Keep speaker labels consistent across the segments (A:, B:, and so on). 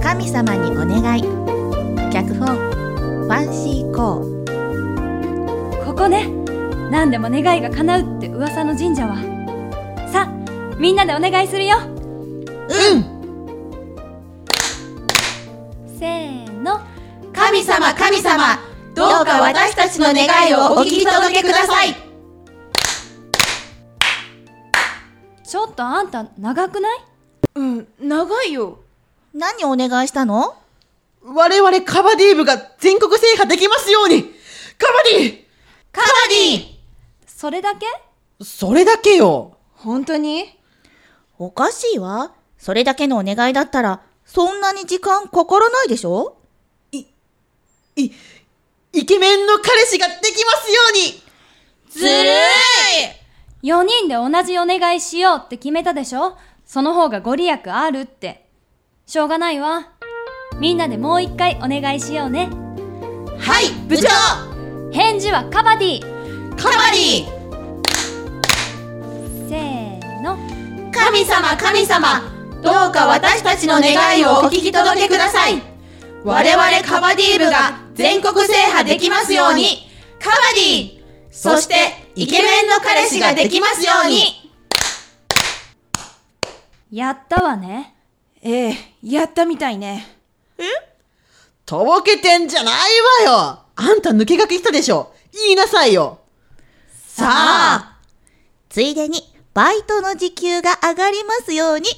A: 神様にお願い脚本ファンシーコー
B: ここね何でも願いが叶うって噂の神社はさあみんなでお願いするよ
A: うん
B: せーの
C: 神様神様どうか私たちの願いをお聞き届けください
B: ちょっとあんた長くない
D: うん、長いよ。
A: 何お願いしたの
E: 我々カバディ部が全国制覇できますようにカバデ
A: カバディ
B: それだけ
E: ィそれだけよ
D: 本当に
A: おかしいわそれだけのお願いだったらそんなに時間かからないでしょ
E: い、イケメンの彼氏ができますように
A: ずる
B: 4人で同じお願いしようって決めたでしょその方がご利益あるってしょうがないわみんなでもう一回お願いしようね
C: はい部長
B: 返事はカバディ
C: カバディ
B: せーの
C: 神様神様どうか私たちの願いをお聞き届けください我々カバディ部が全国制覇できますようにカバディそしてイケメンの彼氏ができますように
B: やったわね
D: ええ、やったみたいね。
E: とぼけてんじゃないわよあんた抜け駆けしたでしょ言いなさいよ
C: さあ
A: ついでにバイトの時給が上がりますように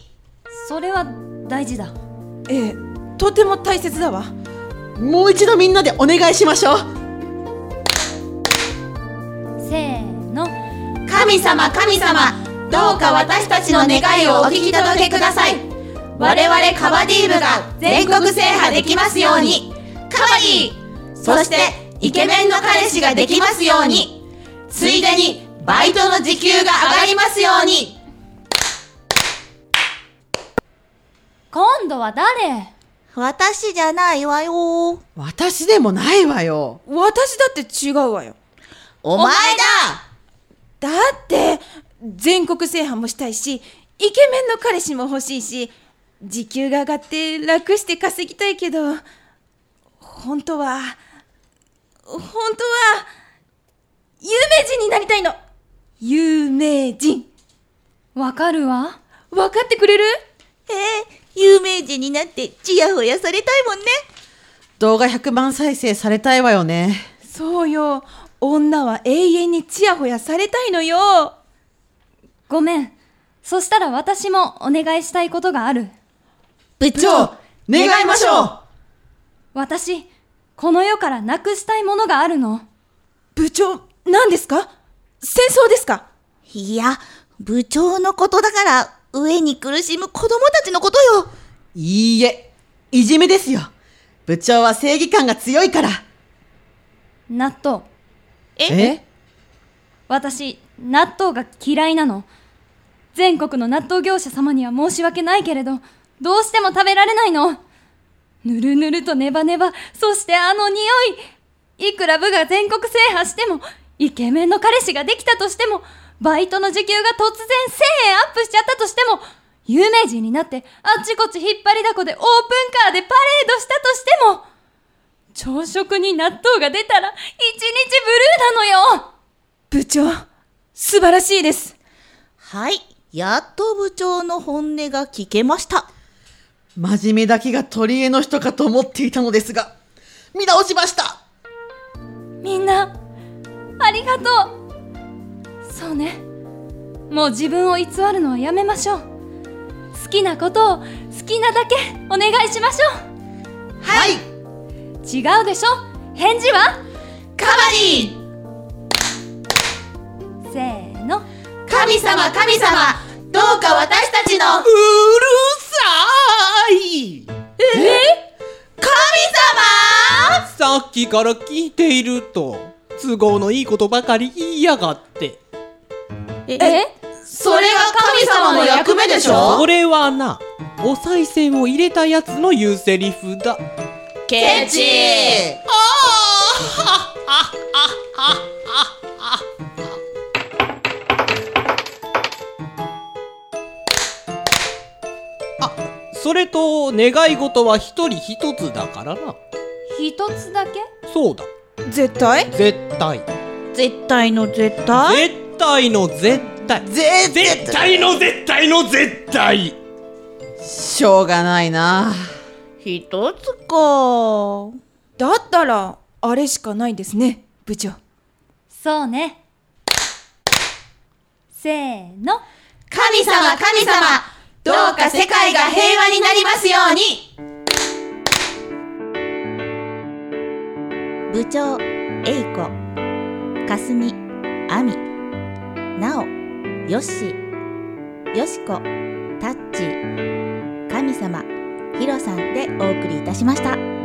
B: それは大事だ
D: ええ、とても大切だわ。
E: もう一度みんなでお願いしましょう
B: せーの
C: 神様神様どうか私たちの願いをお聞き届けください我々カバディ部が全国制覇できますようにカバディそしてイケメンの彼氏ができますようについでにバイトの時給が上がりますように
B: 今度は誰
A: 私じゃないわよお
E: 私でもないわよ
D: 私だって違うわよ。
A: 前
C: お前
D: だって、全国制覇もしたいし、イケメンの彼氏も欲しいし、時給が上がって楽して稼ぎたいけど、本当は、本当は、有名人になりたいの有名人。
B: わかるわ
D: 分かってくれる
A: えー、有名人になってちやほやされたいもんね
E: 動画100万再生されたいわよね
D: そうよ。女は永遠にチヤホヤされたいのよ。
B: ごめんそしたら私もお願いしたいことがある
A: 部
E: 部長願いましょう
B: 私この世からなくしたいものがあるの
D: 部長、何ですか戦争ですか
A: いや部長のことだから上に苦しむ子供たちのことよ
E: いいえいじめですよ部長は正義感が強いから
B: 納豆
E: え
B: 私納豆が嫌いなの全国の納豆業者様には申し訳ないけれどどうしても食べられないのぬるぬるとネバネバそしてあの匂いいくら部が全国制覇してもイケメンの彼氏ができたとしてもバイトの時給が突然1000円アップしちゃったとしても有名人になってあっちこっち引っ張りだこでオープンカーでパレードしたとしても朝食に納豆が出たら一日ブルーなのよ
D: 部長、素晴らしいです。
A: はいやっと部長の本音が聞けました
E: 真面目だけが取り柄の人かと思っていたのですが見直しました
B: みんなありがとうそうねもう自分を偽るのはやめましょう好きなことを好きなだけお願いしましょ
E: はい、
B: う違うでしょ返事は
C: カバディ
B: せーの
C: 神様神様どうか私たちの
E: うるさい
F: さっきから聞いていると都合のいいことばかり言いやがって
B: え
C: それが神様の役目でしょ
F: それはなお賽銭を入れたやつの言うセリフだ
C: ケチ
F: そそれと願い事は一人一つだからな
B: 一つだけ
F: そうだ
D: 絶対
F: 絶対
A: 絶対の絶対
F: 絶対の絶対
E: 絶
F: 絶対の絶対の絶対
E: しょうがないな。
A: 一つか。
D: だったらあれしかないですね部長
B: そうねせーの
C: 神様神様どうか世界が平和になりますように
A: 部長、えいこ、かすみ、あみ、なお、よっし、よしこ、たっち、神様、ひろさんでお送りいたしました。